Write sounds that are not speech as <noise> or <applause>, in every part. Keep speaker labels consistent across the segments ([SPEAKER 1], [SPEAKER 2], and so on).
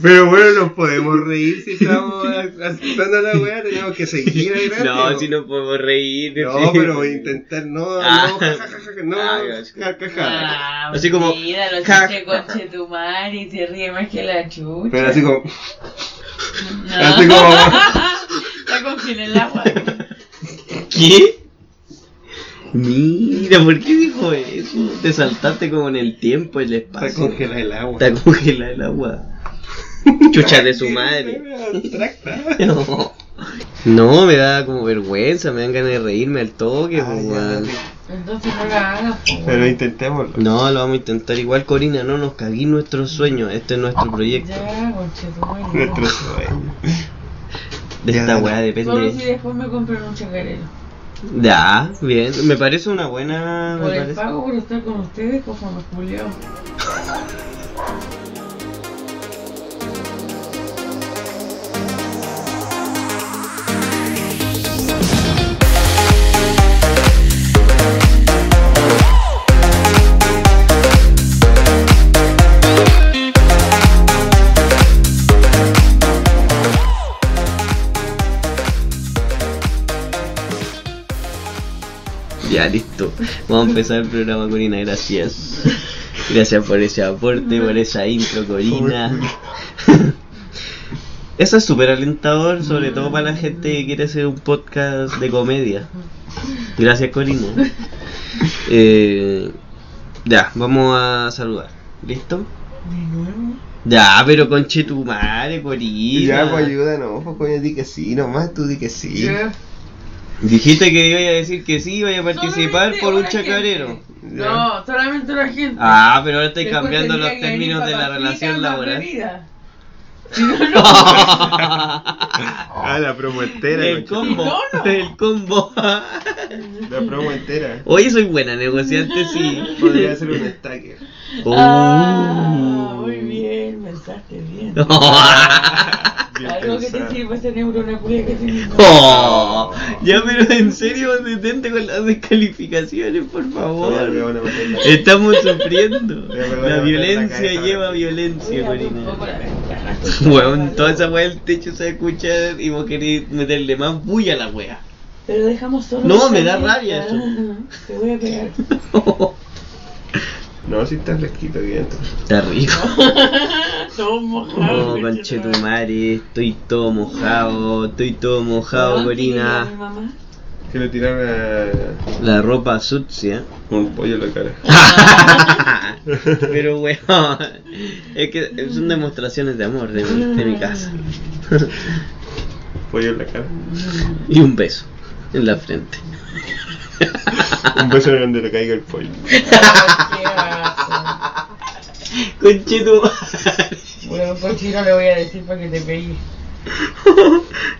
[SPEAKER 1] Pero bueno, nos podemos reír si estamos aceptando la weá, tenemos que seguir adelante.
[SPEAKER 2] <laughs> No,
[SPEAKER 1] po.
[SPEAKER 2] si no podemos reír.
[SPEAKER 1] No, pero voy a intentar no,
[SPEAKER 2] Ah.
[SPEAKER 1] no, jajaja, no,
[SPEAKER 2] Ah, gosh.
[SPEAKER 1] jajaja.
[SPEAKER 3] Ah,
[SPEAKER 2] Así como,
[SPEAKER 3] Mira, lo
[SPEAKER 2] ja,
[SPEAKER 3] hiciste
[SPEAKER 2] ja.
[SPEAKER 3] conche tu madre y te ríe más que la chucha.
[SPEAKER 1] Pero así como,
[SPEAKER 3] No.
[SPEAKER 1] así como-
[SPEAKER 3] <laughs> Ya congelé el agua.
[SPEAKER 2] <laughs> ¿Qué? Mira, ¿por qué dijo eso? Te saltaste como en el tiempo, el
[SPEAKER 3] Ah,
[SPEAKER 1] está
[SPEAKER 2] espacio.
[SPEAKER 1] congelada el agua.
[SPEAKER 2] Está congelada el agua. Chucha de su
[SPEAKER 1] <laughs>
[SPEAKER 2] madre. Ah,
[SPEAKER 1] Abstracta.
[SPEAKER 2] No. No, me da como vergüenza, me dan ganas de reírme al toque,
[SPEAKER 1] Ah,
[SPEAKER 2] pues,
[SPEAKER 1] ya,
[SPEAKER 2] weón.
[SPEAKER 1] sí.
[SPEAKER 3] Entonces no la hagas, po,
[SPEAKER 1] Pero intentémoslo.
[SPEAKER 2] No, lo vamos a intentar igual, Corina, no nos caguí nuestros sueños, este es nuestro proyecto.
[SPEAKER 3] Ya, conche tu madre.
[SPEAKER 1] Nuestro sueño.
[SPEAKER 2] De
[SPEAKER 1] Ya,
[SPEAKER 2] esta
[SPEAKER 1] ya.
[SPEAKER 2] weá
[SPEAKER 3] Solo si
[SPEAKER 2] depende.
[SPEAKER 3] después me compran un chacarero.
[SPEAKER 2] Ya, bien, me parece una buena... Ah, me
[SPEAKER 3] Por el
[SPEAKER 2] parece-
[SPEAKER 3] pago por estar con ustedes, como me culiao.
[SPEAKER 2] Ya, listo. Vamos a empezar el programa, Corina. Gracias. Gracias por ese aporte, por esa intro,
[SPEAKER 1] <laughs>
[SPEAKER 2] Corina. Eso es súper alentador, sobre todo para la gente que quiere hacer un podcast de comedia. Gracias, Corina. Eh, ya, vamos a saludar. ¿Listo?
[SPEAKER 3] De nuevo.
[SPEAKER 2] Ya, pero conche tu madre, Corina.
[SPEAKER 1] Ya, pues ayúdanos, pues coño, di que sí, nomás tú di que sí.
[SPEAKER 3] Ya.
[SPEAKER 2] Dijiste que iba a decir que sí, iba a participar
[SPEAKER 3] Solamente
[SPEAKER 2] por un
[SPEAKER 3] una gente.
[SPEAKER 2] chacarero.
[SPEAKER 3] No, solamente la gente.
[SPEAKER 2] Ah, pero ahora estoy
[SPEAKER 3] Después
[SPEAKER 2] cambiando
[SPEAKER 3] tendría
[SPEAKER 2] los
[SPEAKER 3] que venir
[SPEAKER 2] términos de la
[SPEAKER 3] papas fritas,
[SPEAKER 2] relación
[SPEAKER 3] más
[SPEAKER 2] laboral.
[SPEAKER 3] bebida. Si no, no.
[SPEAKER 1] Ah, la promo entera.
[SPEAKER 2] el
[SPEAKER 1] coche.
[SPEAKER 2] combo.
[SPEAKER 3] no, no.
[SPEAKER 2] El combo. <laughs>
[SPEAKER 1] La promo entera.
[SPEAKER 2] Hoy soy buena negociante, sí.
[SPEAKER 1] <laughs> Podría
[SPEAKER 2] <laughs>
[SPEAKER 1] ser un stacker.
[SPEAKER 2] Oh.
[SPEAKER 3] Ah, muy bien, pensaste bien.
[SPEAKER 1] Bien
[SPEAKER 3] Algo que te
[SPEAKER 1] pensado.
[SPEAKER 3] sirva esa neurona culia que tienes.
[SPEAKER 2] <laughs> Oh. Ya, pero en serio, detente con las descalificaciones, por
[SPEAKER 1] Todavía me van
[SPEAKER 2] favor.
[SPEAKER 1] a meter la-
[SPEAKER 2] Estamos
[SPEAKER 1] <laughs>
[SPEAKER 2] sufriendo.
[SPEAKER 1] Ya, pero voy
[SPEAKER 2] La
[SPEAKER 1] a meter la
[SPEAKER 2] violencia
[SPEAKER 1] cabeza
[SPEAKER 2] lleva
[SPEAKER 1] ahora.
[SPEAKER 2] violencia,
[SPEAKER 3] Mira, un
[SPEAKER 2] Corina.
[SPEAKER 3] poco la ventana.
[SPEAKER 2] Weón, toda esa weá del techo se va a escuchar y vos querés meterle más bulla a la weá. <laughs>
[SPEAKER 3] Pero dejamos solo.
[SPEAKER 2] No,
[SPEAKER 3] esa
[SPEAKER 2] me da
[SPEAKER 3] mierda.
[SPEAKER 2] rabia eso.
[SPEAKER 3] <laughs> Te voy a pegar.
[SPEAKER 1] No, si está fresquito aquí dentro.
[SPEAKER 2] Está rico.
[SPEAKER 3] <laughs>
[SPEAKER 2] <laughs>
[SPEAKER 3] Todo mojado.
[SPEAKER 2] Oh, conchetumare, estoy todo mojado, estoy todo mojado,
[SPEAKER 3] Mi
[SPEAKER 2] Corina. <laughs>
[SPEAKER 3] mamá.
[SPEAKER 1] Que le tiraron a-
[SPEAKER 2] La ropa sucia.
[SPEAKER 1] un pollo en la cara.
[SPEAKER 2] Pero weón, es que son demostraciones de amor de mi, de mi casa.
[SPEAKER 1] Pollo en la cara.
[SPEAKER 2] Y un beso en la frente.
[SPEAKER 1] Un beso en donde le caiga el pollo.
[SPEAKER 3] Ay, qué asco.
[SPEAKER 2] Conchetumare.
[SPEAKER 3] Bueno, cochino le voy a decir para que te pegue.
[SPEAKER 2] <laughs>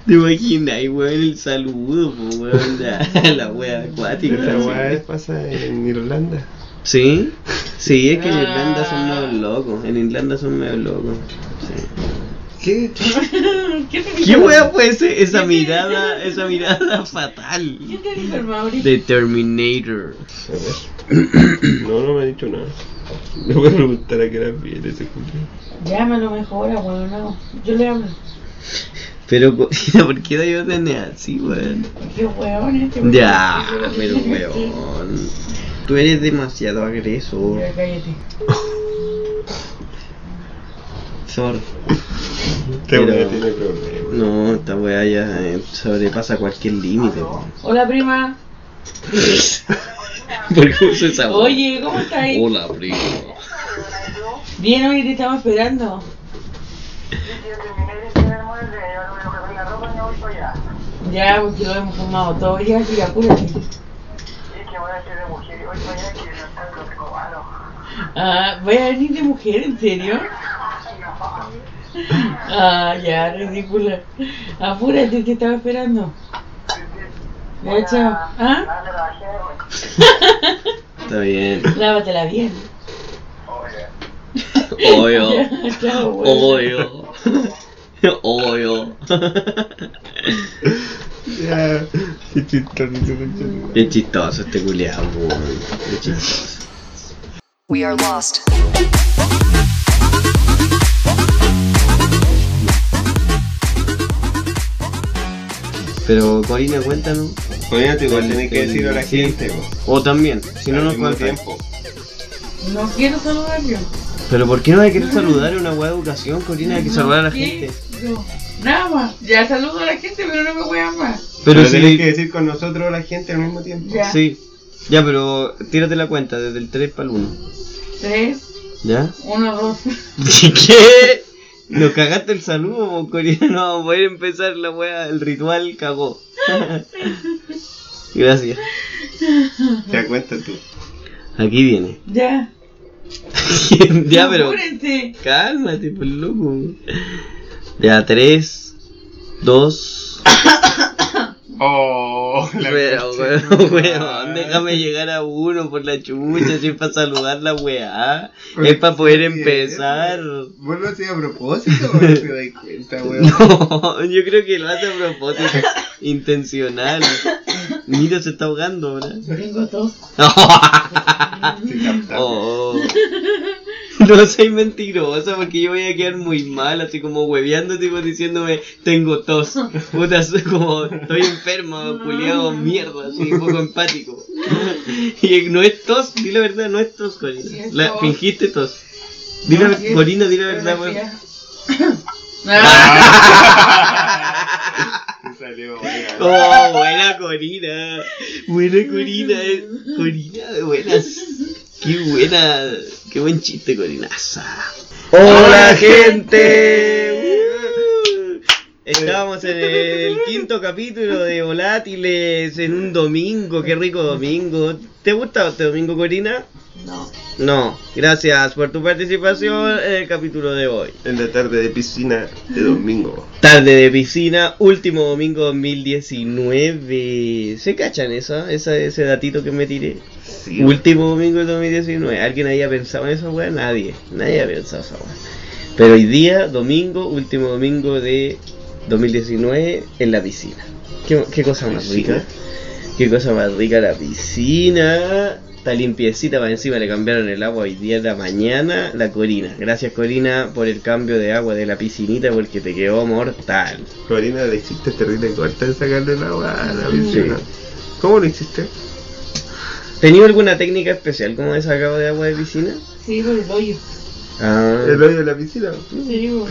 [SPEAKER 2] ¿Te imaginas, weón, el saludo, po, weón, la, la wea acuática?
[SPEAKER 1] Esa
[SPEAKER 2] sí.
[SPEAKER 1] weá es- pasa en Irlanda.
[SPEAKER 2] ¿Sí? Sí, es que en
[SPEAKER 3] Ah.
[SPEAKER 2] Irlanda son medio locos, en Irlanda son medio locos. sí.
[SPEAKER 1] ¿Qué?
[SPEAKER 3] <laughs> ¿Qué te
[SPEAKER 2] ¿Qué
[SPEAKER 3] dijo?
[SPEAKER 2] wea fue ese- esa mirada, esa mirada fatal?
[SPEAKER 3] ¿Quién te dijo el Mauri?
[SPEAKER 2] De Terminator.
[SPEAKER 1] A ver. No, no me ha dicho nada. Le voy a preguntar a qué era bien ese cumpleaños.
[SPEAKER 3] Llámalo mejor, bueno, no. Yo le hablo.
[SPEAKER 2] <coughs> Pero, Corina, <laughs> ¿por qué yo tener así, weón?
[SPEAKER 3] Qué hueón este. hueón. <laughs>
[SPEAKER 2] Ya,
[SPEAKER 3] Qué
[SPEAKER 2] pero weón. Tú eres demasiado agresor.
[SPEAKER 3] Ya, cállate.
[SPEAKER 2] Sorry.
[SPEAKER 1] Este
[SPEAKER 2] Pero-
[SPEAKER 1] weá tiene problemas.
[SPEAKER 2] No, esta weá ya eh, sobrepasa cualquier límite. po.
[SPEAKER 3] Hola, prima.
[SPEAKER 2] ¿Por qué usa esa voz?
[SPEAKER 3] Oye, ¿cómo estás ahí?
[SPEAKER 2] Hola, primo.
[SPEAKER 3] Bien, hoy te estamos esperando. Ya, pues, porque lo hemos formado todo. Ya, sí, apúrate. Ah, voy a venir de mujer, ¿en serio? Ah, ya, ridícula. Apúrate, te estaba esperando. Ya, chao. ¿Ah? <laughs>
[SPEAKER 2] Está bien.
[SPEAKER 3] Lávatela bien.
[SPEAKER 2] Obvio.
[SPEAKER 3] Ya, chao, weón.
[SPEAKER 2] Obvio. <laughs> Obvio.
[SPEAKER 1] Ya, qué chistoso, conchetumare.
[SPEAKER 2] Es chistoso este culiado, weón. Es chistoso.
[SPEAKER 4] We are lost.
[SPEAKER 2] Pero Corina, cuéntanos.
[SPEAKER 1] Corina, tú igual tenés que
[SPEAKER 2] Este,
[SPEAKER 1] decir a la
[SPEAKER 2] sí.
[SPEAKER 1] gente, po.
[SPEAKER 2] O también, si no
[SPEAKER 1] Al
[SPEAKER 2] nos
[SPEAKER 1] mismo
[SPEAKER 2] cuentan.
[SPEAKER 1] tiempo.
[SPEAKER 3] No quiero saludar yo.
[SPEAKER 2] Pero ¿por qué no hay que saludar una buena educación, Corina? Hay que saludar a la gente.
[SPEAKER 3] No, nada más. Ya saludo a la gente, pero no me voy a más.
[SPEAKER 1] Pero,
[SPEAKER 2] Pero
[SPEAKER 1] tenés
[SPEAKER 2] si...
[SPEAKER 1] que decir con nosotros a la gente al mismo tiempo.
[SPEAKER 3] Ya.
[SPEAKER 2] Sí. Ya, pero tírate la cuenta desde el 3 para el 1.
[SPEAKER 3] Tres,
[SPEAKER 2] ¿Ya?
[SPEAKER 3] uno, dos. <laughs>
[SPEAKER 1] <laughs>
[SPEAKER 2] ¿Qué? Nos cagaste el saludo, po, Corina. No vamos a poder empezar la wea. El ritual
[SPEAKER 1] <laughs>
[SPEAKER 2] cagó. Gracias.
[SPEAKER 1] Ya cuenta tú.
[SPEAKER 2] Aquí
[SPEAKER 1] <laughs>
[SPEAKER 2] viene.
[SPEAKER 3] Ya.
[SPEAKER 2] ya, pero.
[SPEAKER 3] Apúrense.
[SPEAKER 2] Cálmate, pues loco. Ya, 3, 2.
[SPEAKER 1] Oh, <laughs> la
[SPEAKER 2] Pero,
[SPEAKER 1] concha de tu
[SPEAKER 2] weón, weón,
[SPEAKER 1] madre.
[SPEAKER 2] déjame llegar a uno por la chucha. Si es para saludar la weá,
[SPEAKER 1] Oye,
[SPEAKER 2] es para poder
[SPEAKER 1] ¿qué
[SPEAKER 2] empezar.
[SPEAKER 1] es? Vos lo hacías a propósito, o no te das cuenta, weón.
[SPEAKER 2] <laughs> No, yo creo que lo hace a
[SPEAKER 3] <laughs>
[SPEAKER 2] propósito, intencional. Mira, se está ahogando, ¿verdad?
[SPEAKER 3] Tengo dos.
[SPEAKER 1] Te captaste.
[SPEAKER 2] <laughs> Oh. No soy mentirosa porque yo voy a quedar muy mal, así como hueveando, tipo diciéndome, tengo tos. Puta, soy como, estoy enfermo, culiado, mierda, así, un poco empático. <laughs> Y no es tos, di la verdad, no es tos, Corina.
[SPEAKER 3] Sí es
[SPEAKER 2] La-
[SPEAKER 3] tos.
[SPEAKER 2] fingiste tos. Di la,
[SPEAKER 3] No, sí es-
[SPEAKER 2] Corina, di la
[SPEAKER 3] pero
[SPEAKER 2] verdad,
[SPEAKER 3] no
[SPEAKER 2] weón.
[SPEAKER 3] fía. Ah,
[SPEAKER 1] Te salió, weón.
[SPEAKER 2] Ah. Oh, buena Corina. Buena Corina. eh. Corina de buenas. Qué buena. Qué buen chiste, Corinaza.
[SPEAKER 1] Hola,
[SPEAKER 2] gente. Estábamos en el quinto capítulo de Volátiles en un domingo. Qué rico domingo. ¿Te gusta este domingo, Corina?
[SPEAKER 3] <laughs>
[SPEAKER 2] Ah.
[SPEAKER 3] No.
[SPEAKER 2] No. Gracias por tu participación en el capítulo de hoy.
[SPEAKER 1] En la tarde de piscina de domingo.
[SPEAKER 2] Tarde de piscina, último domingo 2019. ¿Se cachan esa? esa ese datito que me tiré?
[SPEAKER 1] Sí.
[SPEAKER 2] Último domingo del 2019. ¿Alguien había pensado en esa weá? Nadie. Nadie había pensado esa weá. Pero hoy día, domingo, último domingo de 2019, en la piscina. ¿Qué, qué cosa más
[SPEAKER 1] Piscina.
[SPEAKER 2] rica? ¿Qué cosa más rica la piscina? Está limpiecita para encima, le cambiaron el agua hoy día en la mañana. La Corina. Gracias Corina por el cambio de agua de la piscinita porque te quedó mortal.
[SPEAKER 1] Corina, le hiciste terrible corta en sacarle el agua a la piscina.
[SPEAKER 2] Sí.
[SPEAKER 1] ¿Cómo lo hiciste?
[SPEAKER 2] ¿Tenía alguna técnica especial como de sacado de agua de piscina?
[SPEAKER 3] Sí, por el hoyo.
[SPEAKER 2] Ah.
[SPEAKER 1] ¿El hoyo de la piscina?
[SPEAKER 3] No te digo.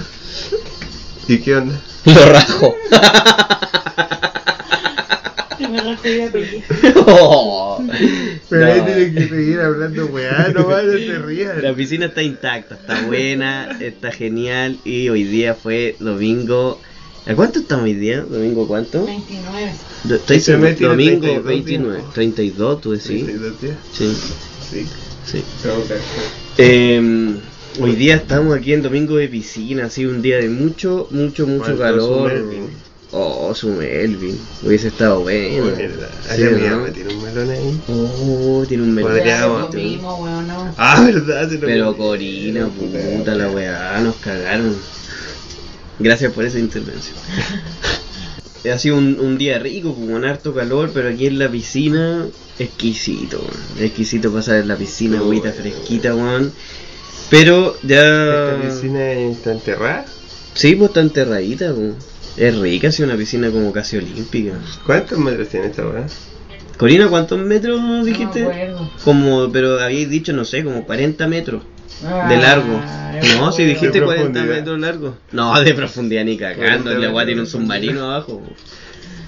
[SPEAKER 1] ¿Y qué onda?
[SPEAKER 2] <laughs> Lo rajo.
[SPEAKER 3] Se me raspé la pelea.
[SPEAKER 2] Oh.
[SPEAKER 1] Pero
[SPEAKER 2] No.
[SPEAKER 1] ahí tienen que seguir hablando, weá, no vale, se rían.
[SPEAKER 2] La piscina está intacta, está buena, está genial y hoy día fue domingo. ¿A cuánto estamos hoy día? ¿Domingo cuánto?
[SPEAKER 3] 29.
[SPEAKER 2] Do- Estoy
[SPEAKER 1] Este
[SPEAKER 2] seguro,
[SPEAKER 1] mes tiene
[SPEAKER 2] domingo
[SPEAKER 1] 32
[SPEAKER 2] 29,
[SPEAKER 1] días.
[SPEAKER 2] 32, tú decís.
[SPEAKER 1] 32 días.
[SPEAKER 2] Sí,
[SPEAKER 1] Sí.
[SPEAKER 2] sí.
[SPEAKER 1] Chao, Carlos.
[SPEAKER 2] Em, hoy día estamos aquí en domingo de piscina, ha sido un día de mucho, mucho, mucho
[SPEAKER 1] Faltó
[SPEAKER 2] calor.
[SPEAKER 1] su Melvin.
[SPEAKER 2] Oh, su Melvin, hubiese estado bueno.
[SPEAKER 1] Mierda.
[SPEAKER 2] Sí,
[SPEAKER 1] Acá mi
[SPEAKER 2] ¿no?
[SPEAKER 1] mamá tiene un melón ahí.
[SPEAKER 2] Oh, tiene un Melvin.
[SPEAKER 1] Podría-
[SPEAKER 3] Ya, lo
[SPEAKER 1] Podríamos, tú.
[SPEAKER 3] mismo, weón, no.
[SPEAKER 1] Ah, verdad, se lo
[SPEAKER 2] Pero
[SPEAKER 1] comí.
[SPEAKER 2] Corina, puta la weá, nos cagaron. Gracias por esa intervención. ha sido un, un día rico, con harto calor, pero aquí en la piscina, exquisito, weón. Exquisito pasar en la piscina, agüita fresquita, weón. Pero ya.
[SPEAKER 1] ¿Esta piscina está enterrada?
[SPEAKER 2] Sí, pues está enterradita, weón. Es rica, sí, una piscina como casi olímpica.
[SPEAKER 1] ¿Cuántos metros tiene esta weá?
[SPEAKER 2] Corina, ¿cuántos metros
[SPEAKER 3] No me
[SPEAKER 2] dijiste?
[SPEAKER 3] acuerdo.
[SPEAKER 2] como, pero habéis dicho, no sé, como 40 metros.
[SPEAKER 3] Ah,
[SPEAKER 2] De largo. No,
[SPEAKER 3] weón.
[SPEAKER 2] si dijiste
[SPEAKER 1] De
[SPEAKER 2] 40
[SPEAKER 1] profundidad.
[SPEAKER 2] metros largo. No, de profundidad ni cagando.
[SPEAKER 1] 40
[SPEAKER 2] La weá
[SPEAKER 1] metros
[SPEAKER 2] tiene
[SPEAKER 1] de
[SPEAKER 2] un submarino abajo. po.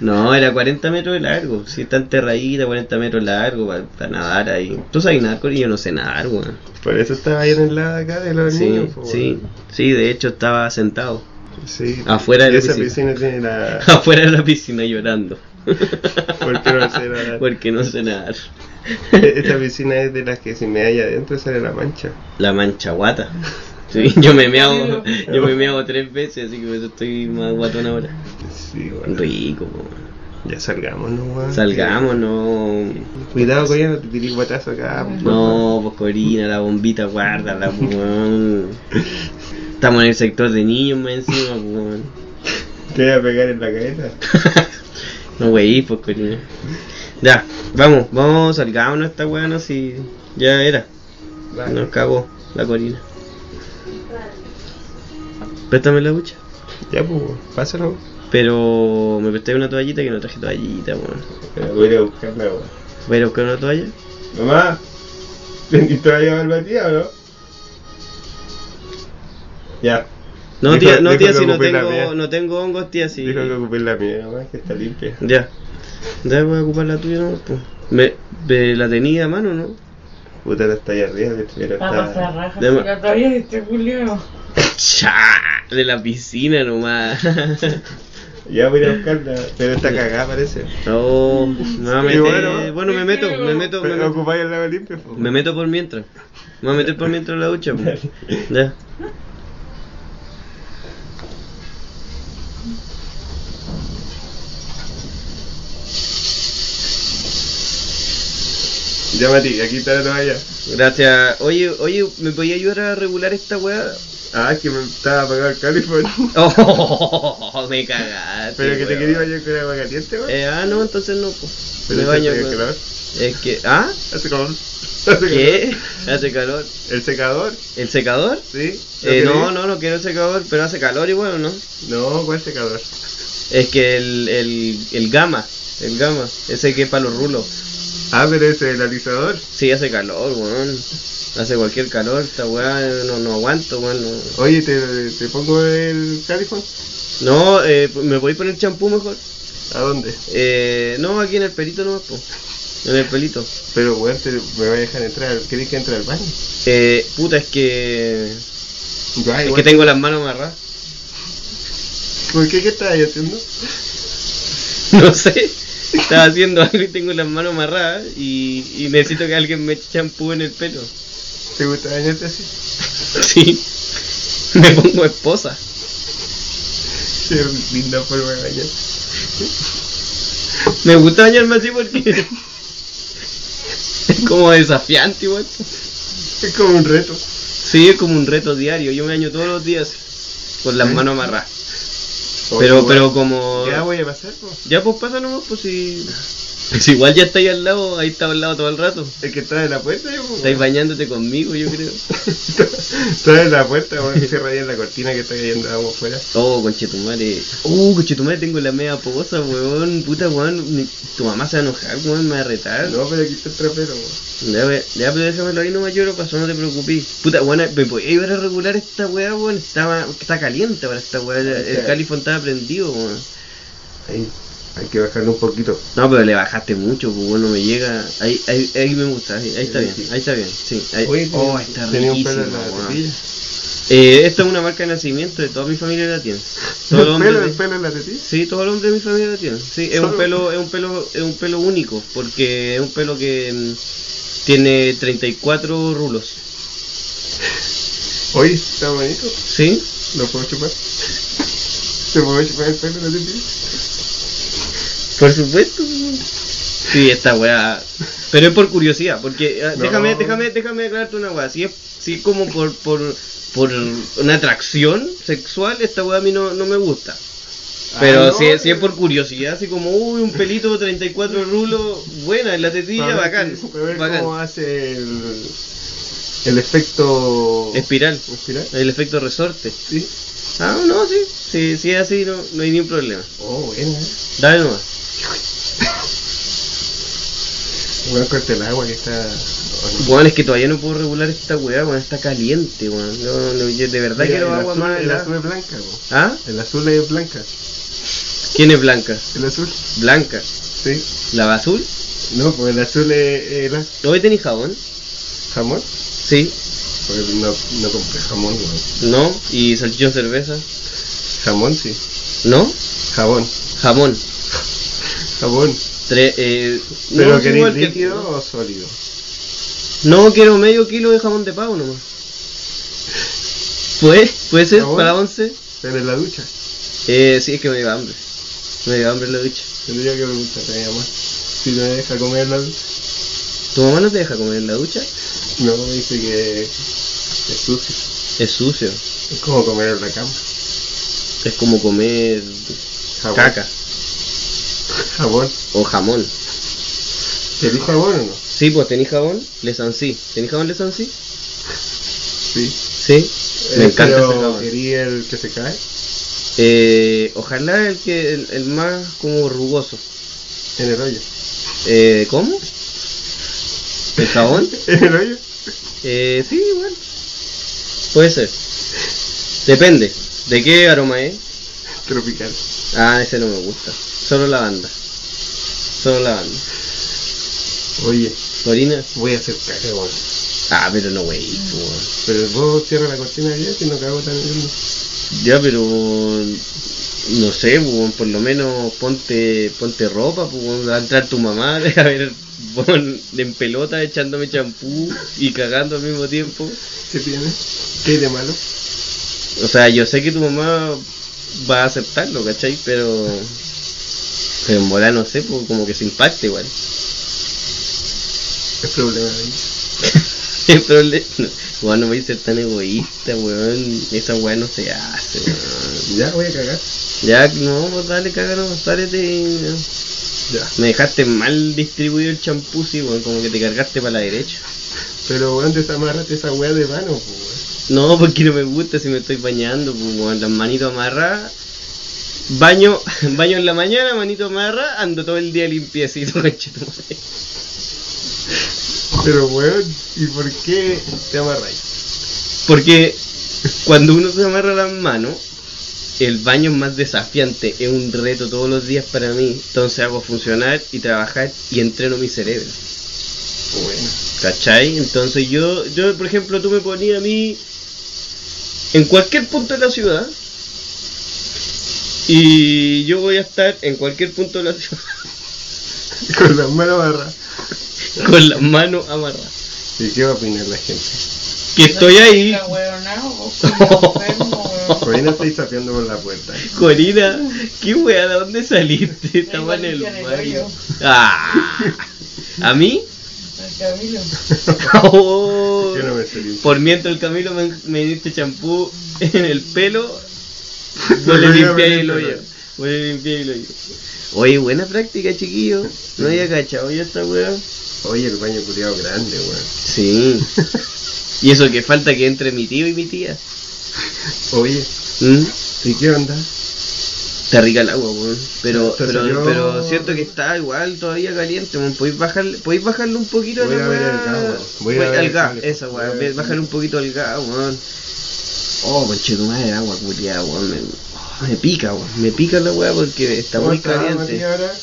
[SPEAKER 2] No, era 40 metros de largo. Si está enterradita, 40 metros largo para, nadar ahí. Tú sabes nadar, Cori, yo no sé nadar, weón.
[SPEAKER 1] Por eso estaba ahí en el lado de acá de los
[SPEAKER 2] Sí,
[SPEAKER 1] niños. po,
[SPEAKER 2] sí, sí, de hecho estaba sentado <laughs>
[SPEAKER 1] weón. sí.
[SPEAKER 2] Afuera de la
[SPEAKER 1] Esa
[SPEAKER 2] piscina.
[SPEAKER 1] piscina
[SPEAKER 2] <laughs>
[SPEAKER 1] tiene la.
[SPEAKER 2] afuera de la piscina llorando.
[SPEAKER 1] ¿Por qué no se
[SPEAKER 2] <laughs>
[SPEAKER 1] la-
[SPEAKER 2] Porque no sé
[SPEAKER 1] <laughs>
[SPEAKER 2] nadar.
[SPEAKER 1] Esta piscina es de las que si me hay adentro sale la mancha.
[SPEAKER 2] La mancha guata. Sí, yo me meao, yo me meao tres veces, así que por eso estoy más guatón ahora.
[SPEAKER 1] Sí, weón.
[SPEAKER 2] Rico, weón.
[SPEAKER 1] Ya salgamos, ¿no, weón?
[SPEAKER 2] Salgamos, no.
[SPEAKER 1] Cuidado, Corina, no te tiré guatazo acá. por favor.
[SPEAKER 2] No, pues Corina, la bombita, guárdala, pues, weón. Estamos en el sector de niños, más encima, pues, weón.
[SPEAKER 1] Te voy a pegar en la cabeza.
[SPEAKER 2] No, wey, pues Corina. Ya, vamos, vamos, salgámonos esta weón, así. Ya era, nos cagó la Corina. Préstame la bucha.
[SPEAKER 1] Ya, pues, pásalo.
[SPEAKER 2] Pero me presté una toallita que no traje toallita, weón.
[SPEAKER 1] Pero voy a ir a buscarla, weón.
[SPEAKER 2] ¿Voy a ir a buscar una toalla?
[SPEAKER 1] Mamá, ¿tienes toalla barbatía o no? Ya.
[SPEAKER 2] No,
[SPEAKER 1] Dijo-
[SPEAKER 2] tía, no,
[SPEAKER 1] dijo
[SPEAKER 2] tía,
[SPEAKER 1] que
[SPEAKER 2] si no
[SPEAKER 1] ocupé la mía.
[SPEAKER 2] tengo, no tengo hongos, tía, si...
[SPEAKER 1] Dijo que ocupé la mía, mamá, que está limpia.
[SPEAKER 2] Ya. Ya voy a ocupar la tuya, ¿no? Pues. Me, me la tenía a mano, ¿no?
[SPEAKER 1] Puta, la está ahí arriba, que primero
[SPEAKER 3] Va a pasar
[SPEAKER 1] está.
[SPEAKER 3] raja.
[SPEAKER 2] de-
[SPEAKER 3] pero todavía este Julio.
[SPEAKER 2] Chá, De la piscina nomás. <laughs>
[SPEAKER 1] Ya voy a ir a buscarla, pero está cagada, parece.
[SPEAKER 2] No, me va a
[SPEAKER 1] Sí,
[SPEAKER 2] meter.
[SPEAKER 1] bueno.
[SPEAKER 2] Bueno, me meto, me meto, me
[SPEAKER 1] Pero
[SPEAKER 2] meto.
[SPEAKER 1] ocupáis el lado limpio, po.
[SPEAKER 2] Me meto por mientras. Me voy a meter por mientras en la ducha. po. Ya.
[SPEAKER 1] Ya, Mati, aquí está la toalla.
[SPEAKER 2] Gracias. Oye, oye, ¿me podía ayudar a regular esta weá? <laughs>
[SPEAKER 1] Ah, que me estaba apagado el califón.
[SPEAKER 2] Oh, me cagaste.
[SPEAKER 1] Pero que te
[SPEAKER 2] weón.
[SPEAKER 1] quería bañar con agua caliente, weón.
[SPEAKER 2] Eh, ah, no, entonces no. po.
[SPEAKER 1] Pero
[SPEAKER 2] me
[SPEAKER 1] eso
[SPEAKER 2] baño.
[SPEAKER 1] tiene
[SPEAKER 2] con-
[SPEAKER 1] calor.
[SPEAKER 2] Es que. ¿Ah?
[SPEAKER 1] Hace calor. <laughs> Hace
[SPEAKER 2] ¿Qué? <laughs> Hace calor.
[SPEAKER 1] calor. El secador,
[SPEAKER 2] ¿El secador?
[SPEAKER 1] ¿sí? ¿Lo
[SPEAKER 2] Eh,
[SPEAKER 1] queréis?
[SPEAKER 2] no, no, no quiero el secador, pero hace calor y bueno, ¿no?
[SPEAKER 1] No, ¿cuál secador?
[SPEAKER 2] Es que el, el, el gama, el gama, ese que es para los rulos.
[SPEAKER 1] Ah, pero es el alisador.
[SPEAKER 2] Sí, hace calor, weón. Hace cualquier calor, esta weá no, no aguanto, weón. No,
[SPEAKER 1] Oye, ¿te, te pongo el califón?
[SPEAKER 2] No, eh, me voy a poner champú mejor.
[SPEAKER 1] ¿A dónde?
[SPEAKER 2] Eh, no, aquí en el pelito nomás, po. En el pelito.
[SPEAKER 1] Pero, weón, te- me va a dejar entrar. ¿Querés que entre al baño?
[SPEAKER 2] Eh, puta, es que.
[SPEAKER 1] Ya,
[SPEAKER 2] Es
[SPEAKER 1] Ah, igual.
[SPEAKER 2] que tengo las manos amarradas. <laughs>
[SPEAKER 1] ¿Por qué? ¿Qué estás haciendo?
[SPEAKER 2] No sé. Estaba haciendo algo y tengo las manos amarradas y, y necesito que alguien me eche champú en el pelo.
[SPEAKER 1] ¿Te gusta bañarte así? <laughs>
[SPEAKER 2] Sí. <laughs> Me pongo esposa.
[SPEAKER 1] Qué linda forma de bañar.
[SPEAKER 2] Me gusta bañarme así porque. <laughs> Es como desafiante, igual.
[SPEAKER 1] Es como un reto.
[SPEAKER 2] Sí, es como un reto diario. Yo me baño todos los días con las manos amarradas.
[SPEAKER 1] Oye,
[SPEAKER 2] Pero,
[SPEAKER 1] weón,
[SPEAKER 2] pero como.
[SPEAKER 1] Ya voy a pasar, po.
[SPEAKER 2] Ya, pues pasa nomás, pues si. Pues igual ya estáis al lado, ahí está al lado todo el rato.
[SPEAKER 1] El que está en la puerta, yo, po.
[SPEAKER 2] Estáis bañándote conmigo, yo creo.
[SPEAKER 1] <laughs> Está en la puerta, weón. Cierra bien la cortina que está cayendo agua afuera.
[SPEAKER 2] Oh, conchetumare. Uh, conchetumare, tengo la media posa, weón. Puta, weón. mi- Tu mamá se va a enojar, weón. Me va a retar.
[SPEAKER 1] Ah, No, pero aquí está el trapero, weón.
[SPEAKER 2] Ya, we- ya, pero déjamelo ahí nomás, yo lo paso, no te preocupes. Puta, bueno, me voy a ayudar a regular esta weá, weón. Estaba, está caliente ahora esta weá. El, el
[SPEAKER 1] Ya.
[SPEAKER 2] califón estaba prendido, weón.
[SPEAKER 1] Ahí, hay que bajarlo un poquito.
[SPEAKER 2] No, pero le bajaste mucho, pues bueno, me llega. Ahí, ahí, ahí me gusta, ahí, ahí está
[SPEAKER 1] Sí,
[SPEAKER 2] bien,
[SPEAKER 1] sí.
[SPEAKER 2] ahí está bien, sí. Ahí,
[SPEAKER 1] Oye,
[SPEAKER 2] oh,
[SPEAKER 1] ten-
[SPEAKER 2] está
[SPEAKER 1] tenía un pelo
[SPEAKER 2] riquísimo,
[SPEAKER 1] en la
[SPEAKER 2] weón.
[SPEAKER 1] tetilla.
[SPEAKER 2] Eh, esta es una marca de nacimiento, de toda mi familia la tiene. Todos los
[SPEAKER 1] ¿El <laughs> pelo,
[SPEAKER 2] hombres
[SPEAKER 1] el
[SPEAKER 2] de-
[SPEAKER 1] pelo en la tetilla?
[SPEAKER 2] Sí, todos los hombres de mi familia la tienen. Sí, es
[SPEAKER 1] Solo-
[SPEAKER 2] un pelo, es un pelo, es un pelo único, porque es un pelo que mm, tiene 34 rulos.
[SPEAKER 1] Oye, está bonito.
[SPEAKER 2] ¿Sí?
[SPEAKER 1] ¿Lo puedo chupar? ¿Te puedo chupar el pelo en la tetilla?
[SPEAKER 2] Por supuesto. Sí, esta weá. Pero es por curiosidad, porque ah,
[SPEAKER 1] No.
[SPEAKER 2] déjame, déjame, déjame aclararte una weá. Si es, si es como por, por, por una atracción sexual, esta weá a mí no, no me gusta. Pero
[SPEAKER 1] Ah, no,
[SPEAKER 2] si, es- si es
[SPEAKER 1] eh.
[SPEAKER 2] por curiosidad, así como, uy, un pelito 34 rulos, buena, en la
[SPEAKER 1] Para
[SPEAKER 2] tetilla,
[SPEAKER 1] ver
[SPEAKER 2] bacán.
[SPEAKER 1] qué- para ver
[SPEAKER 2] bacán.
[SPEAKER 1] cómo hace el, el efecto...
[SPEAKER 2] Espiral,
[SPEAKER 1] ¿Espiral?
[SPEAKER 2] el efecto resorte.
[SPEAKER 1] Sí.
[SPEAKER 2] Ah, no, sí, sí, sí es así, no, no hay ningún problema.
[SPEAKER 1] Oh, bueno. eh.
[SPEAKER 2] Dale nomás.
[SPEAKER 1] Voy a cortar el agua que está... oh, no.
[SPEAKER 2] Weón, es que todavía no puedo regular esta weá, weón, está caliente, weón. No, no, yo de verdad
[SPEAKER 1] Mira,
[SPEAKER 2] quiero
[SPEAKER 1] el
[SPEAKER 2] agua
[SPEAKER 1] azul-
[SPEAKER 2] más
[SPEAKER 1] El
[SPEAKER 2] helada.
[SPEAKER 1] azul es blanca, po.
[SPEAKER 2] ¿Ah?
[SPEAKER 1] El azul es blanca.
[SPEAKER 2] ¿Quién es Blanca?
[SPEAKER 1] El azul,
[SPEAKER 2] Blanca.
[SPEAKER 1] sí.
[SPEAKER 2] ¿La azul?
[SPEAKER 1] No, pues el azul es, es la-
[SPEAKER 2] ¿Hoy tenéis jabón?
[SPEAKER 1] jamón.
[SPEAKER 2] Sí.
[SPEAKER 1] Porque no, no compré jamón, weón.
[SPEAKER 2] ¿No? ¿Y salchichón cerveza?
[SPEAKER 1] Jamón, sí.
[SPEAKER 2] ¿No?
[SPEAKER 1] Jabón.
[SPEAKER 2] Jamón.
[SPEAKER 1] Jabón.
[SPEAKER 2] Tre- eh,
[SPEAKER 1] ¿Pero
[SPEAKER 2] sí,
[SPEAKER 1] queréis
[SPEAKER 2] igual que-
[SPEAKER 1] líquido o sólido?
[SPEAKER 2] No, quiero medio kilo de jamón de pavo nomás. ¿Puede? ¿Puede ser
[SPEAKER 1] ¿Jabón?
[SPEAKER 2] para once?
[SPEAKER 1] Pero en la ducha.
[SPEAKER 2] Eh, sí, es que me dio hambre. Me dio hambre la ducha.
[SPEAKER 1] Tendría que preguntarle a mi mamá. Si me deja comer en la ducha.
[SPEAKER 2] ¿Tu mamá no te deja comer en la ducha?
[SPEAKER 1] No, me dice que es sucio.
[SPEAKER 2] Es sucio.
[SPEAKER 1] Es como comer en la cama.
[SPEAKER 2] Es como comer
[SPEAKER 1] Jabón.
[SPEAKER 2] caca
[SPEAKER 1] Jabón.
[SPEAKER 2] o jamón.
[SPEAKER 1] ¿Querís jabón o no?
[SPEAKER 2] Sí, pues tenéis jabón, le sancí. ¿Tenéis jabón le sancí?
[SPEAKER 1] Sí.
[SPEAKER 2] Sí. Me
[SPEAKER 1] Eh,
[SPEAKER 2] encanta ese
[SPEAKER 1] pero
[SPEAKER 2] jabón.
[SPEAKER 1] ¿Querí el que se cae?
[SPEAKER 2] Eh, ojalá el que el, el más como rugoso.
[SPEAKER 1] En el hoyo. <laughs>
[SPEAKER 2] Eh, ¿Cómo? ¿El jabón?
[SPEAKER 1] ¿En el hoyo?
[SPEAKER 2] Eh, sí, igual. Puede ser. Depende. ¿De qué aroma es?
[SPEAKER 1] Tropical.
[SPEAKER 2] Ah, ese no me gusta. Solo la banda. Solo la banda.
[SPEAKER 1] Oye,
[SPEAKER 2] ¿Corina?
[SPEAKER 1] voy a hacer caca, weón.
[SPEAKER 2] Ah, pero no, wey. po, weón.
[SPEAKER 1] Pero vos cierra la cortina abierta y no cago tan bien.
[SPEAKER 2] Ya, pero no sé, weón, por lo menos ponte ponte ropa, pues, weón, va a entrar tu mamá, <laughs> a ver, weón, en pelota echándome champú y cagando al mismo tiempo.
[SPEAKER 1] ¿Qué tiene? ¿Qué hay de malo?
[SPEAKER 2] O sea, yo sé que tu mamá va a aceptarlo, ¿cachai? Pero, pero en bola no sé, pues, como que se impacta igual.
[SPEAKER 1] Es problema de ellos.
[SPEAKER 2] <laughs> El problema, weón, no voy a ser tan egoísta, weón, esa weá no se hace, weón.
[SPEAKER 1] Ya voy a cagar.
[SPEAKER 2] Ya, no, pues dale, cáganos, dale, te...
[SPEAKER 1] Ya.
[SPEAKER 2] Me dejaste mal distribuido el champú, sí, weón, como que te cargaste para la derecha.
[SPEAKER 1] Pero weón, desamárrate esa weá de mano, po, weón.
[SPEAKER 2] No, porque no me gusta si me estoy bañando, pues, weón, las manitos amarradas. Baño, <laughs> baño en la mañana, manito amarra, ando todo el día limpiecito, <laughs> conchetumare.
[SPEAKER 1] Pero weón, ¿y por qué te amarráis?
[SPEAKER 2] Porque cuando uno se amarra las manos, el baño es más desafiante, es un reto todos los días para mí. Entonces hago funcionar y trabajar y entreno mi cerebro.
[SPEAKER 1] Bueno.
[SPEAKER 2] ¿Cachai? Entonces yo, yo por ejemplo, tú me ponías a mí en cualquier punto de la ciudad y yo voy a estar en cualquier punto de la ciudad <laughs>
[SPEAKER 1] <laughs> Con las manos amarradas.
[SPEAKER 2] con las manos amarradas.
[SPEAKER 1] ¿Y qué va a opinar la gente?
[SPEAKER 2] Que estoy ahí,
[SPEAKER 3] La huevonao, vos, culiao
[SPEAKER 2] <laughs>
[SPEAKER 3] enfermo, weón.
[SPEAKER 1] Por ahí no estáis sapeando por la puerta.
[SPEAKER 2] Corina, qué wea, ¿de dónde saliste? Estaba en
[SPEAKER 3] igual
[SPEAKER 2] el
[SPEAKER 3] que en el
[SPEAKER 2] baño.
[SPEAKER 3] hoyo.
[SPEAKER 2] Ah, ¿A mí?
[SPEAKER 3] Al Camilo.
[SPEAKER 2] Oh.
[SPEAKER 1] Yo no me salí.
[SPEAKER 2] Por mientras el Camilo me, me diste champú en el pelo, no
[SPEAKER 1] Lo
[SPEAKER 2] le
[SPEAKER 1] voy a
[SPEAKER 2] limpié el
[SPEAKER 1] poner en el
[SPEAKER 2] hoyo.
[SPEAKER 1] pelo.
[SPEAKER 2] No le limpié el hoyo. Oye, buena práctica, chiquillo. No había cachado ya esta weá.
[SPEAKER 1] Oye, el baño culiado grande, weón.
[SPEAKER 2] Sí. <laughs> Y eso que falta que entre mi tío y mi tía.
[SPEAKER 1] Oye,
[SPEAKER 2] ¿Mm?
[SPEAKER 1] ¿y qué onda?
[SPEAKER 2] Está rica el agua, weón. Pero,
[SPEAKER 1] Entonces
[SPEAKER 2] pero,
[SPEAKER 1] yo-
[SPEAKER 2] pero siento que está igual todavía caliente, weón. Podéis bajarle, podéis bajarle un poquito
[SPEAKER 1] Voy
[SPEAKER 2] la
[SPEAKER 1] a ver al gas,
[SPEAKER 2] weá.
[SPEAKER 1] weón. Voy
[SPEAKER 2] Voy-
[SPEAKER 1] a ver
[SPEAKER 2] al
[SPEAKER 1] el
[SPEAKER 2] gas,
[SPEAKER 1] cable.
[SPEAKER 2] esa weá.
[SPEAKER 1] Voy a ver-
[SPEAKER 2] Bajarle un poquito al gas, weón. Oh, conchetumare el agua, culiada, weón. Me, oh, me pica, weón. Me pica la weá porque está
[SPEAKER 1] ¿Cómo
[SPEAKER 2] muy
[SPEAKER 1] está, Mati,
[SPEAKER 2] caliente.
[SPEAKER 1] ahora?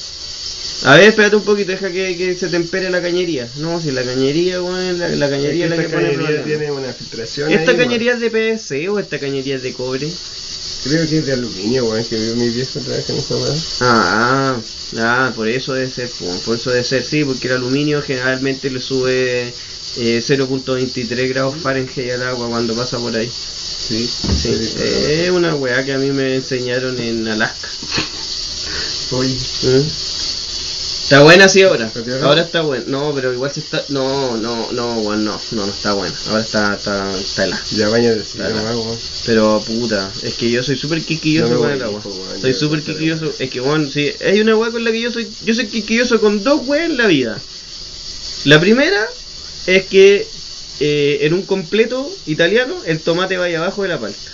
[SPEAKER 2] A ver, espérate un poquito, deja que, que se tempere la cañería. No, si la cañería, weón, la, la cañería es la
[SPEAKER 1] Esta
[SPEAKER 2] que pone
[SPEAKER 1] cañería
[SPEAKER 2] problema.
[SPEAKER 1] tiene una filtración. ahí,
[SPEAKER 2] ¿Esta
[SPEAKER 1] weón.
[SPEAKER 2] cañería es de PVC o esta cañería es de cobre?
[SPEAKER 1] Creo que es de aluminio, weón, que vio mi viejo otra vez en esa weá.
[SPEAKER 2] Ah, ah, ah, por eso debe ser, po, por, eso debe ser, sí, porque el aluminio generalmente le sube eh, 0.23 grados Fahrenheit al agua cuando pasa por ahí.
[SPEAKER 1] Sí,
[SPEAKER 2] Sí, eh, es una weá que a mí me enseñaron en Alaska.
[SPEAKER 1] Oye,
[SPEAKER 2] ¿Mm? Está buena así ahora,
[SPEAKER 1] ¿Está tierna?
[SPEAKER 2] ahora está buena, no, pero igual se está, no, no, no, weón, no, no, no está buena, ahora está, está, está helada.
[SPEAKER 1] ya baño de silla,
[SPEAKER 2] Claro.
[SPEAKER 1] más, weón.
[SPEAKER 2] Pero puta, es que yo soy súper quisquilloso
[SPEAKER 1] No me
[SPEAKER 2] con
[SPEAKER 1] voy,
[SPEAKER 2] el agua.
[SPEAKER 1] hijo, weón,
[SPEAKER 2] soy
[SPEAKER 1] yo
[SPEAKER 2] súper
[SPEAKER 1] no te
[SPEAKER 2] quisquilloso. Es que, weón, sí, hay una weá con la que yo soy. Yo soy quisquilloso con dos weas en la vida. La primera es que eh, en un completo italiano el tomate vaya abajo de la palta.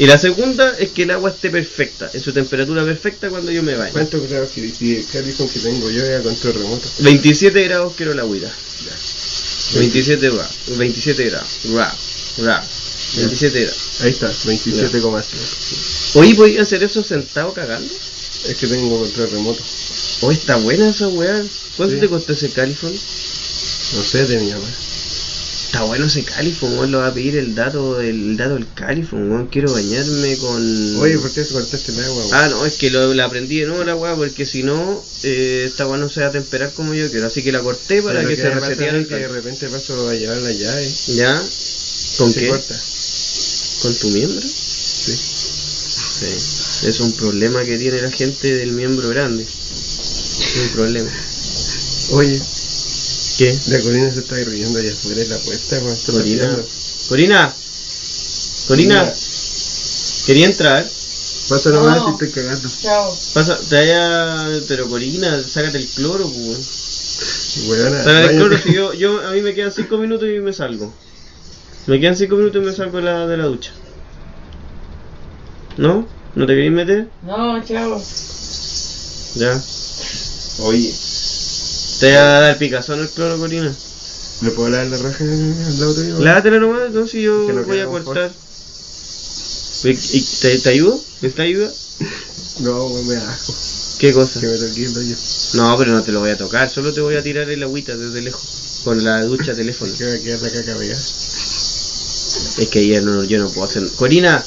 [SPEAKER 2] Y la segunda es que el agua esté perfecta, en su temperatura perfecta cuando yo me baño.
[SPEAKER 1] ¿Cuántos grados que si Carlison que tengo yo era control remoto?
[SPEAKER 2] 27 grados quiero la huida.
[SPEAKER 1] Ya.
[SPEAKER 2] 27 grados. 27 grados. Ra, ra. 27 grados.
[SPEAKER 1] Ahí está, 27,5.
[SPEAKER 2] Oye, ¿podía hacer eso sentado cagando?
[SPEAKER 1] Es que tengo control remoto.
[SPEAKER 2] Oh, está buena esa weá. ¿Cuánto
[SPEAKER 1] Sí.
[SPEAKER 2] te costó ese califón?
[SPEAKER 1] No sé, de mi mamá.
[SPEAKER 2] Está bueno ese califón, weón. Lo va a pedir el dato, el dato del califón, weón. Quiero bañarme con.
[SPEAKER 1] Oye, ¿por qué te cortaste el agua, weón?
[SPEAKER 2] Ah, no, es que lo, la aprendí de nuevo la weá, porque si no, eh, esta weá no se va a temperar como yo quiero. Así que la corté para
[SPEAKER 1] Pero
[SPEAKER 2] que
[SPEAKER 1] ¿qué
[SPEAKER 2] se
[SPEAKER 1] me pasa
[SPEAKER 2] reseteara
[SPEAKER 1] a mí
[SPEAKER 2] el
[SPEAKER 1] que de
[SPEAKER 2] califón.
[SPEAKER 1] repente paso a llevar la llave.
[SPEAKER 2] ¿Ya? ¿Con
[SPEAKER 1] se
[SPEAKER 2] qué?
[SPEAKER 1] corta.
[SPEAKER 2] ¿Con tu miembro?
[SPEAKER 1] Sí.
[SPEAKER 2] Sí. Es un problema que tiene la gente del miembro grande. Es un problema.
[SPEAKER 1] Oye,
[SPEAKER 2] ¿Qué?
[SPEAKER 1] la Corina se está riendo allá afuera en la puerta, weón. está
[SPEAKER 2] Corina.
[SPEAKER 1] rapeando.
[SPEAKER 2] Corina. Corina. Quería entrar.
[SPEAKER 1] Pasa nomás
[SPEAKER 3] No.
[SPEAKER 1] y estoy cagando.
[SPEAKER 3] Chao.
[SPEAKER 2] Pasa, trae a... Pero Corina, sácate el cloro, pú.
[SPEAKER 1] Weona,
[SPEAKER 2] Sácate el
[SPEAKER 1] bañate.
[SPEAKER 2] cloro, si yo, yo... A mí me quedan 5 minutos y me salgo. Me quedan 5 minutos y me salgo de la, de la ducha. ¿No? ¿No te queréis meter?
[SPEAKER 3] No, chao.
[SPEAKER 2] Ya.
[SPEAKER 1] Oye,
[SPEAKER 2] Te va a dar picazón el cloro, Corina.
[SPEAKER 1] ¿le puedo lavar la raja al lado tuyo?
[SPEAKER 2] Lávatelo nomás, entonces yo
[SPEAKER 1] Que lo
[SPEAKER 2] voy a
[SPEAKER 1] queremos,
[SPEAKER 2] cortar. ¿Y- y ¿Te, te ayudo? ¿Necesitas ayuda?
[SPEAKER 1] No, me da asco.
[SPEAKER 2] ¿Qué cosa?
[SPEAKER 1] Que me toqué el hoyo.
[SPEAKER 2] No, pero no te lo voy a tocar, solo te voy a tirar el agüita desde lejos. Con la ducha teléfono.
[SPEAKER 1] Que me va a quedar la caca pegada.
[SPEAKER 2] Es que ya no, yo no puedo hacer. Corina,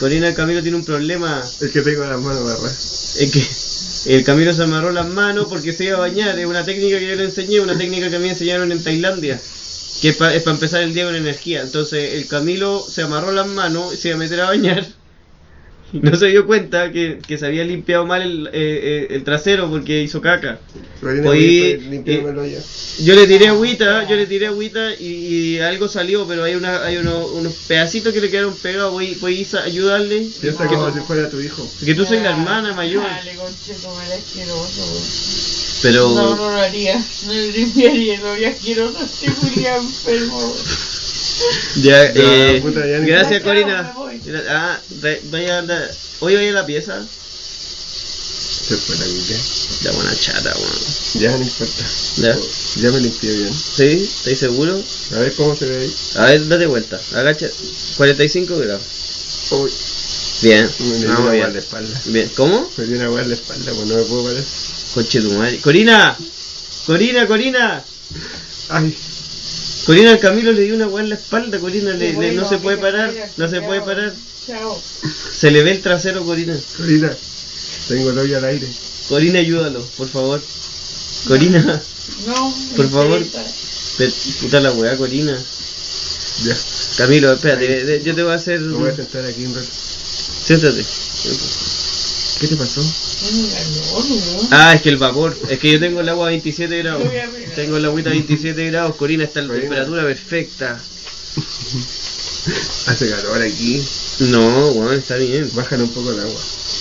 [SPEAKER 2] Corina, el Camilo tiene un problema.
[SPEAKER 1] Es que tengo las manos barras.
[SPEAKER 2] Es que el Camilo se amarró las manos porque se iba a bañar. Es una técnica que yo le enseñé, una técnica que a mí me enseñaron en Tailandia. Que es para empezar el día con energía. Entonces el Camilo se amarró las manos y se iba a meter a bañar. <laughs> Y no se dio cuenta que, que se había limpiado mal el, eh, eh, el trasero porque hizo caca. eh,
[SPEAKER 1] Corina,
[SPEAKER 2] Oye,
[SPEAKER 1] voy a limpiarme el hoyo.
[SPEAKER 2] Yo le tiré agüita, yo le tiré agüita y, y algo salió, pero hay, una, hay uno- unos pedacitos que le quedaron pegados. Voy, voy a ayudarle.
[SPEAKER 1] Piensa
[SPEAKER 3] que
[SPEAKER 1] como
[SPEAKER 3] no.
[SPEAKER 1] si fuera tu hijo.
[SPEAKER 2] Porque tú soy la hermana mayor.
[SPEAKER 3] Dale, conchetumare, asqueroso, güey.
[SPEAKER 2] Pero...
[SPEAKER 3] No, no lo haría. No le limpiaría el hoyo asqueroso. Estoy muy este enfermo, güey.
[SPEAKER 2] Ya,
[SPEAKER 1] Ya,
[SPEAKER 2] eh,
[SPEAKER 1] puta, ya ni-
[SPEAKER 2] gracias
[SPEAKER 3] Ya, chao,
[SPEAKER 2] Corina.
[SPEAKER 3] me voy.
[SPEAKER 2] Gra- Ah, re- vaya, anda- hoy vaya a la pieza.
[SPEAKER 1] Se fue la guía.
[SPEAKER 2] Ya buena chata, weón.
[SPEAKER 1] Ya no importa. Oh,
[SPEAKER 2] Ya,
[SPEAKER 1] Ya me limpié bien.
[SPEAKER 2] ¿sí? ¿Estáis seguro?
[SPEAKER 1] A ver cómo se ve ahí.
[SPEAKER 2] A ver, date vuelta. Agacha. 45 grados.
[SPEAKER 1] Uy,
[SPEAKER 2] Bien,
[SPEAKER 1] me dio
[SPEAKER 2] vamos
[SPEAKER 1] una hueá en la
[SPEAKER 2] bien.
[SPEAKER 1] espalda.
[SPEAKER 2] Bien, ¿cómo?
[SPEAKER 1] Me dio una hueá en la espalda, pues no me puedo parar.
[SPEAKER 2] Coche tu madre. Corina, Corina, Corina.
[SPEAKER 1] Ay,
[SPEAKER 2] Corina al Camilo le dio una hueá en la espalda. Corina le-
[SPEAKER 3] Me
[SPEAKER 2] le-
[SPEAKER 3] voy,
[SPEAKER 2] no se puede
[SPEAKER 3] que
[SPEAKER 2] parar,
[SPEAKER 3] te vayas,
[SPEAKER 2] no se
[SPEAKER 3] chao.
[SPEAKER 2] puede parar.
[SPEAKER 3] Chao.
[SPEAKER 2] Se le ve el trasero, Corina.
[SPEAKER 1] Corina, tengo el hoyo al aire.
[SPEAKER 2] Corina, ayúdalo, por favor. Corina,
[SPEAKER 3] No,
[SPEAKER 2] Por
[SPEAKER 3] me
[SPEAKER 2] favor.
[SPEAKER 3] interesa.
[SPEAKER 2] pe- puta la hueá, Corina.
[SPEAKER 1] Ya,
[SPEAKER 2] Camilo, espérate, de- de- yo te voy a hacer.
[SPEAKER 1] me voy a sentar aquí un rato.
[SPEAKER 2] Siéntate.
[SPEAKER 1] ¿Qué te pasó?
[SPEAKER 3] Tiene calor, güey.
[SPEAKER 2] Ah, es que el vapor. Es que yo tengo el agua a 27 grados.
[SPEAKER 3] Lo voy a pegar.
[SPEAKER 2] Tengo el agüita a 27 grados. Corina está en
[SPEAKER 1] Corina.
[SPEAKER 2] temperatura perfecta.
[SPEAKER 1] Hace calor aquí.
[SPEAKER 2] No, bueno, está bien.
[SPEAKER 1] Bájale un poco el agua.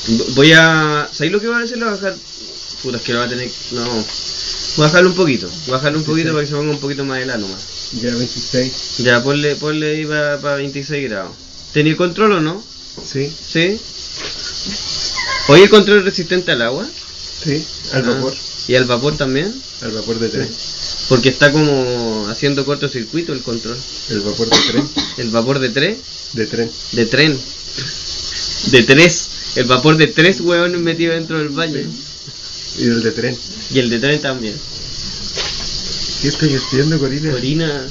[SPEAKER 2] V- Voy a. ¿Sabéis lo que voy a hacer? Lo voy a bajar. Puta, es que lo va a tener. No. Voy a bajarlo un poquito. Voy a bajarlo un poquito
[SPEAKER 1] sí.
[SPEAKER 2] para que se ponga un poquito más helado más.
[SPEAKER 1] Ya 26.
[SPEAKER 2] Ya, ponle, ponle ahí para 26 grados. ¿Tenía control o no?
[SPEAKER 1] Sí,
[SPEAKER 2] ¿Sí? ¿Oye el control resistente al agua?
[SPEAKER 1] sí. Al
[SPEAKER 2] Ah,
[SPEAKER 1] vapor.
[SPEAKER 2] ¿Y al vapor también?
[SPEAKER 1] Al vapor de tren.
[SPEAKER 2] Porque está como haciendo cortocircuito el control.
[SPEAKER 1] El vapor de tren.
[SPEAKER 2] El vapor de tres,
[SPEAKER 1] De tren.
[SPEAKER 2] de tren. <laughs> De tres. El vapor de tres hueones metido dentro del baño.
[SPEAKER 1] Y el de tren.
[SPEAKER 2] Y el de tren también.
[SPEAKER 1] ¿Qué estoy haciendo, Corina?
[SPEAKER 2] Corina.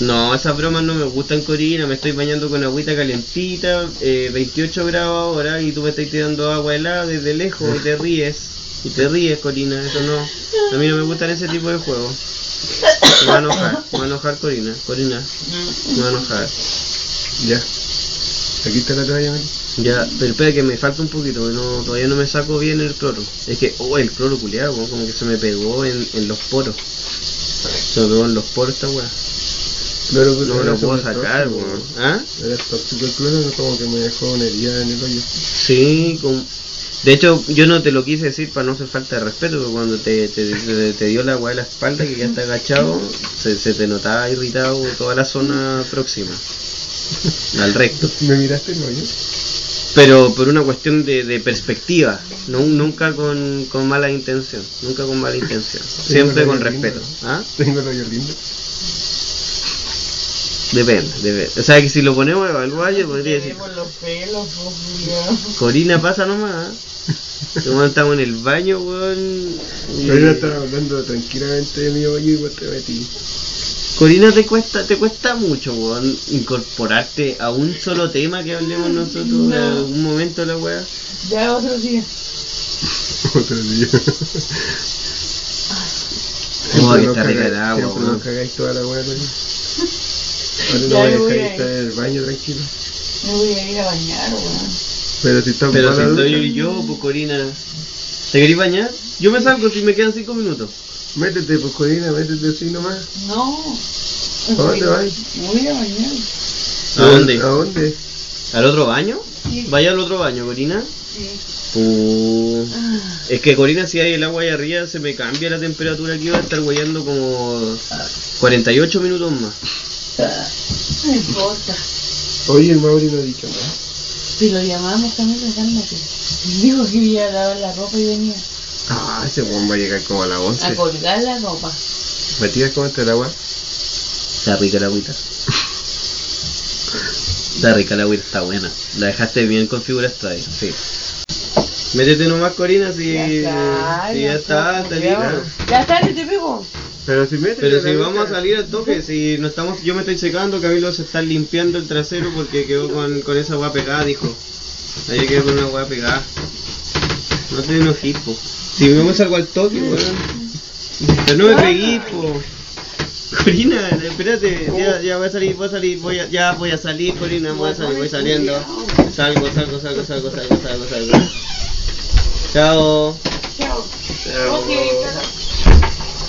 [SPEAKER 2] No, esas bromas no me gustan, Corina. Me estoy bañando con agüita calentita, eh, 28 grados ahora, y tú me estás tirando agua helada desde lejos y te ríes. Y te ríes, Corina, eso no. A mí no me gustan ese tipo de juegos. Me va a enojar, me va a enojar, Corina. Corina, me va a enojar.
[SPEAKER 1] Ya. Aquí está la toalla, Mari.
[SPEAKER 2] Ya, pero espera que me falta un poquito, que no, todavía no me saco bien el cloro. Es que, oh, el cloro culiado, como que se me pegó en, en los poros. Se me pegó en los poros esta weá.
[SPEAKER 1] No lo,
[SPEAKER 2] No me lo puedo sacar, weón. ¿Ah?
[SPEAKER 1] Era tóxico el cloro, como que me dejó una herida en el hoyo.
[SPEAKER 2] Sí, como... De hecho, yo no te lo quise decir para no hacer falta de respeto, pero cuando te, te, te- te dio la weá de la espalda, que ya está agachado, se, se te notaba irritado toda la zona próxima. Al recto.
[SPEAKER 1] ¿Me miraste el hoyo?
[SPEAKER 2] Pero por una cuestión de, de perspectiva, no, nunca con, con mala intención, nunca con mala intención, siempre con respeto. ¿ah?
[SPEAKER 1] <laughs> Tengo el hoyo lindo.
[SPEAKER 2] Depende, depende. O sea que si lo ponemos al valle podría
[SPEAKER 3] Te
[SPEAKER 2] decir,
[SPEAKER 3] vemos los pelos, oh, po, culiao.
[SPEAKER 2] Corina pasa nomás. ¿ah? Nomás estamos en el baño, weón. y-
[SPEAKER 1] Pero yo estaba hablando tranquilamente de mi hoyo y vos te
[SPEAKER 2] <laughs>
[SPEAKER 1] metí.
[SPEAKER 2] Corina te cuesta, te cuesta mucho, weón, incorporarte a un solo tema que hablemos nosotros en
[SPEAKER 3] No.
[SPEAKER 2] algún momento la weá.
[SPEAKER 3] Ya otro día.
[SPEAKER 1] Otro día.
[SPEAKER 2] Oh,
[SPEAKER 1] Siempre
[SPEAKER 2] que
[SPEAKER 1] nos
[SPEAKER 2] está
[SPEAKER 1] cagáis-
[SPEAKER 2] regalado,
[SPEAKER 1] Siempre nos
[SPEAKER 2] weón.
[SPEAKER 1] cagáis toda la weá,
[SPEAKER 3] <laughs>
[SPEAKER 1] Corina.
[SPEAKER 3] Ya
[SPEAKER 1] Ahora no
[SPEAKER 3] lo
[SPEAKER 1] voy a
[SPEAKER 3] voy a ir.
[SPEAKER 1] dejar estar en el baño tranquilo.
[SPEAKER 3] Me voy a ir a bañar, weón.
[SPEAKER 1] Pero si está
[SPEAKER 2] Pero si
[SPEAKER 1] ocupada la ducha,
[SPEAKER 2] estoy yo, pues Corina. ¿Te querés bañar? Yo me salgo si me quedan 5 minutos.
[SPEAKER 1] métete, pues Corina, métete así nomás.
[SPEAKER 3] No. Pues,
[SPEAKER 1] ¿A dónde vais?
[SPEAKER 3] Me voy a bañar.
[SPEAKER 2] ¿A dónde?
[SPEAKER 1] ¿A dónde?
[SPEAKER 2] ¿Al otro baño?
[SPEAKER 3] Sí.
[SPEAKER 2] Vaya al otro baño, Corina.
[SPEAKER 3] Sí.
[SPEAKER 2] Uh,
[SPEAKER 3] Ah,
[SPEAKER 2] Es que Corina, si hay el agua ahí arriba, se me cambia la temperatura aquí, va a estar guayando como 48 minutos más.
[SPEAKER 3] Ah. No importa.
[SPEAKER 1] Oye, el Mauri no ha dicho nada.
[SPEAKER 3] Si lo llamamos también, cálmate. <laughs> Dijo que iba a lavar la ropa y venía
[SPEAKER 1] Ah, ese weón va a llegar como a las
[SPEAKER 3] a
[SPEAKER 1] 11.
[SPEAKER 3] colgar la ropa.
[SPEAKER 1] Matías, ¿cómo está el agua?
[SPEAKER 2] Está rica la agüita. Está rica la agüita, está buena. La dejaste bien configurada esta vez. Sí. Métete nomás, Corina, si
[SPEAKER 3] Ya está,
[SPEAKER 2] si ya está, está
[SPEAKER 3] culiao.
[SPEAKER 2] lista.
[SPEAKER 3] Ya está, yo te pego.
[SPEAKER 1] Pero si me
[SPEAKER 2] Pero si vamos a salir al toque, si no estamos, yo me estoy secando, Camilo se está limpiando el trasero porque quedó con, con esa weá pegada, dijo. Ayer quedó con una weá pegada. No te enojes, po. Si me salgo al toque, weón. Pero no me peguís, po. Corina, espérate, ya, ya voy a salir, voy a salir, voy a, ya voy a salir, Corina, voy a salir, voy saliendo. Salgo, salgo, salgo, salgo, salgo, salgo, salgo. Chao.
[SPEAKER 3] Chao.
[SPEAKER 2] Chao.
[SPEAKER 3] Ok, chao.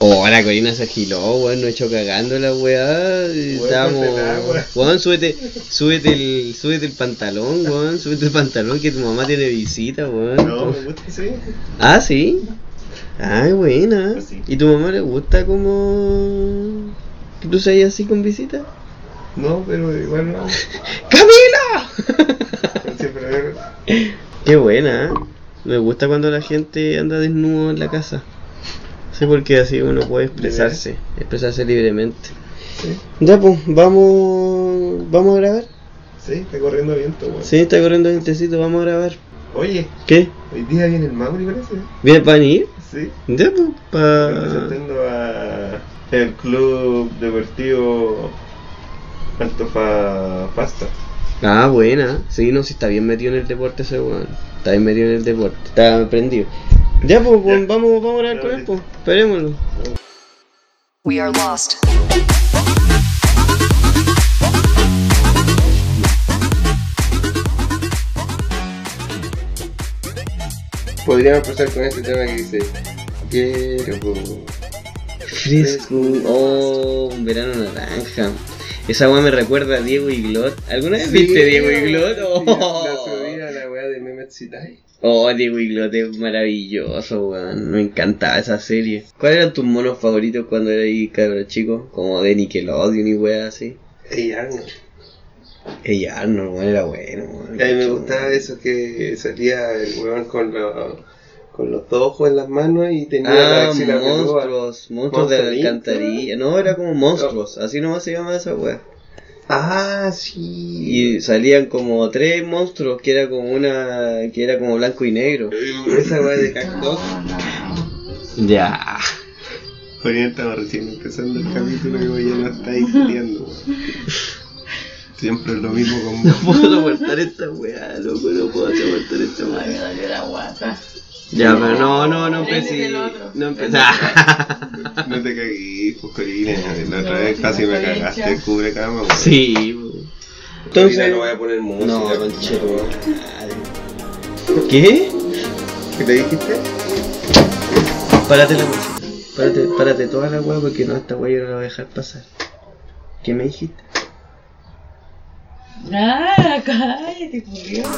[SPEAKER 2] Oh, ahora Corina se agiló, weón, no echó cagando la weá. Estamos.
[SPEAKER 1] corte el agua.
[SPEAKER 2] Weón, súbete, súbete el, súbete el pantalón, weón, súbete el pantalón que tu mamá tiene visita, weón.
[SPEAKER 1] No, me gusta sí.
[SPEAKER 2] Ah, sí. Ay, buena.
[SPEAKER 1] Sí.
[SPEAKER 2] ¿Y tu mamá le gusta como que tú seas así con visita?
[SPEAKER 1] No, pero igual no.
[SPEAKER 2] ¡Camila!
[SPEAKER 1] Siempre ver.
[SPEAKER 2] Qué buena, ¿eh? Me gusta cuando la gente anda desnudo en la casa. Sí, porque así uno puede expresarse, expresarse libremente.
[SPEAKER 1] Sí,
[SPEAKER 2] Ya, pues, vamos, vamos a grabar.
[SPEAKER 1] sí, está corriendo viento, weón.
[SPEAKER 2] Sí, está corriendo el tecito, vamos a grabar.
[SPEAKER 1] Oye,
[SPEAKER 2] ¿Qué?
[SPEAKER 1] hoy día viene el Mauri, parece.
[SPEAKER 2] ¿Bien para ir?
[SPEAKER 1] Sí.
[SPEAKER 2] Ya, pues, para...
[SPEAKER 1] Representando a el club deportivo Antofagasta.
[SPEAKER 2] Ah, buena. Sí, no, si está bien metido en el deporte ese weón. Está bien metido en el deporte, está prendido. Ya, pues, pues, vamos, vamos a grabar con él, pues. Esperémoslo.
[SPEAKER 4] We are lost.
[SPEAKER 1] Podríamos empezar con este tema que dice Quiero
[SPEAKER 2] Fresco. Oh, un verano naranja. Esa weá me recuerda a Diego Iglot. ¿Alguna vez viste Diego Iglot? Oh.
[SPEAKER 1] La subida la weá de Mehmet Sitay
[SPEAKER 2] Oh, Diego Iglot es maravilloso, weón. Me encantaba esa serie. ¿Cuáles eran tus monos favoritos cuando eras cabrón chico? Como de Nickelodeon y weá así.
[SPEAKER 1] Ey Arnold
[SPEAKER 2] Ey Arnold, weón, era bueno,
[SPEAKER 1] A
[SPEAKER 2] weón.
[SPEAKER 1] mí me gustaba eso que salía el weón con los con los dos ojos en las manos y tenía la
[SPEAKER 2] Ah,
[SPEAKER 1] axila peluda.
[SPEAKER 2] monstruos, monstruos de la
[SPEAKER 1] ¿Monstruito?
[SPEAKER 2] alcantarilla. No, era como monstruos, así nomás se llamaba esa weá.
[SPEAKER 1] Ah, sí.
[SPEAKER 2] Y salían como tres monstruos que era como una. que era como blanco y negro.
[SPEAKER 1] Esa weá de cactus.
[SPEAKER 2] Ya.
[SPEAKER 1] Julián estaba recién empezando el capítulo y vos ya lo está discutiendo. weón. Siempre es lo mismo con vos.
[SPEAKER 2] <laughs> Puedo soportar esta weá, loco, no puedo soportar esta
[SPEAKER 3] Ay, me
[SPEAKER 2] weá.
[SPEAKER 3] dolió la guata.
[SPEAKER 2] Ya, pero no, no, no
[SPEAKER 3] Prendete
[SPEAKER 2] empecé.
[SPEAKER 3] el otro.
[SPEAKER 2] No empecé. Ah.
[SPEAKER 1] No te caguís, pues Corina. La otra
[SPEAKER 3] No,
[SPEAKER 1] vez
[SPEAKER 3] si
[SPEAKER 1] casi
[SPEAKER 3] no
[SPEAKER 1] me
[SPEAKER 3] estoy
[SPEAKER 1] cagaste
[SPEAKER 3] hincha.
[SPEAKER 1] el cubre cama. weón.
[SPEAKER 2] <laughs> Sí, weón.
[SPEAKER 1] Corina,
[SPEAKER 2] Entonces.
[SPEAKER 1] no voy a poner música.
[SPEAKER 2] No,
[SPEAKER 1] weón.
[SPEAKER 2] conchetumadre. ¿Qué?
[SPEAKER 1] ¿Qué te dijiste?
[SPEAKER 2] Párate la música. Párate, párate toda la weá porque no, esta weá yo no la voy a dejar pasar. ¿Qué me dijiste?
[SPEAKER 3] Ah, cállate, por Dios.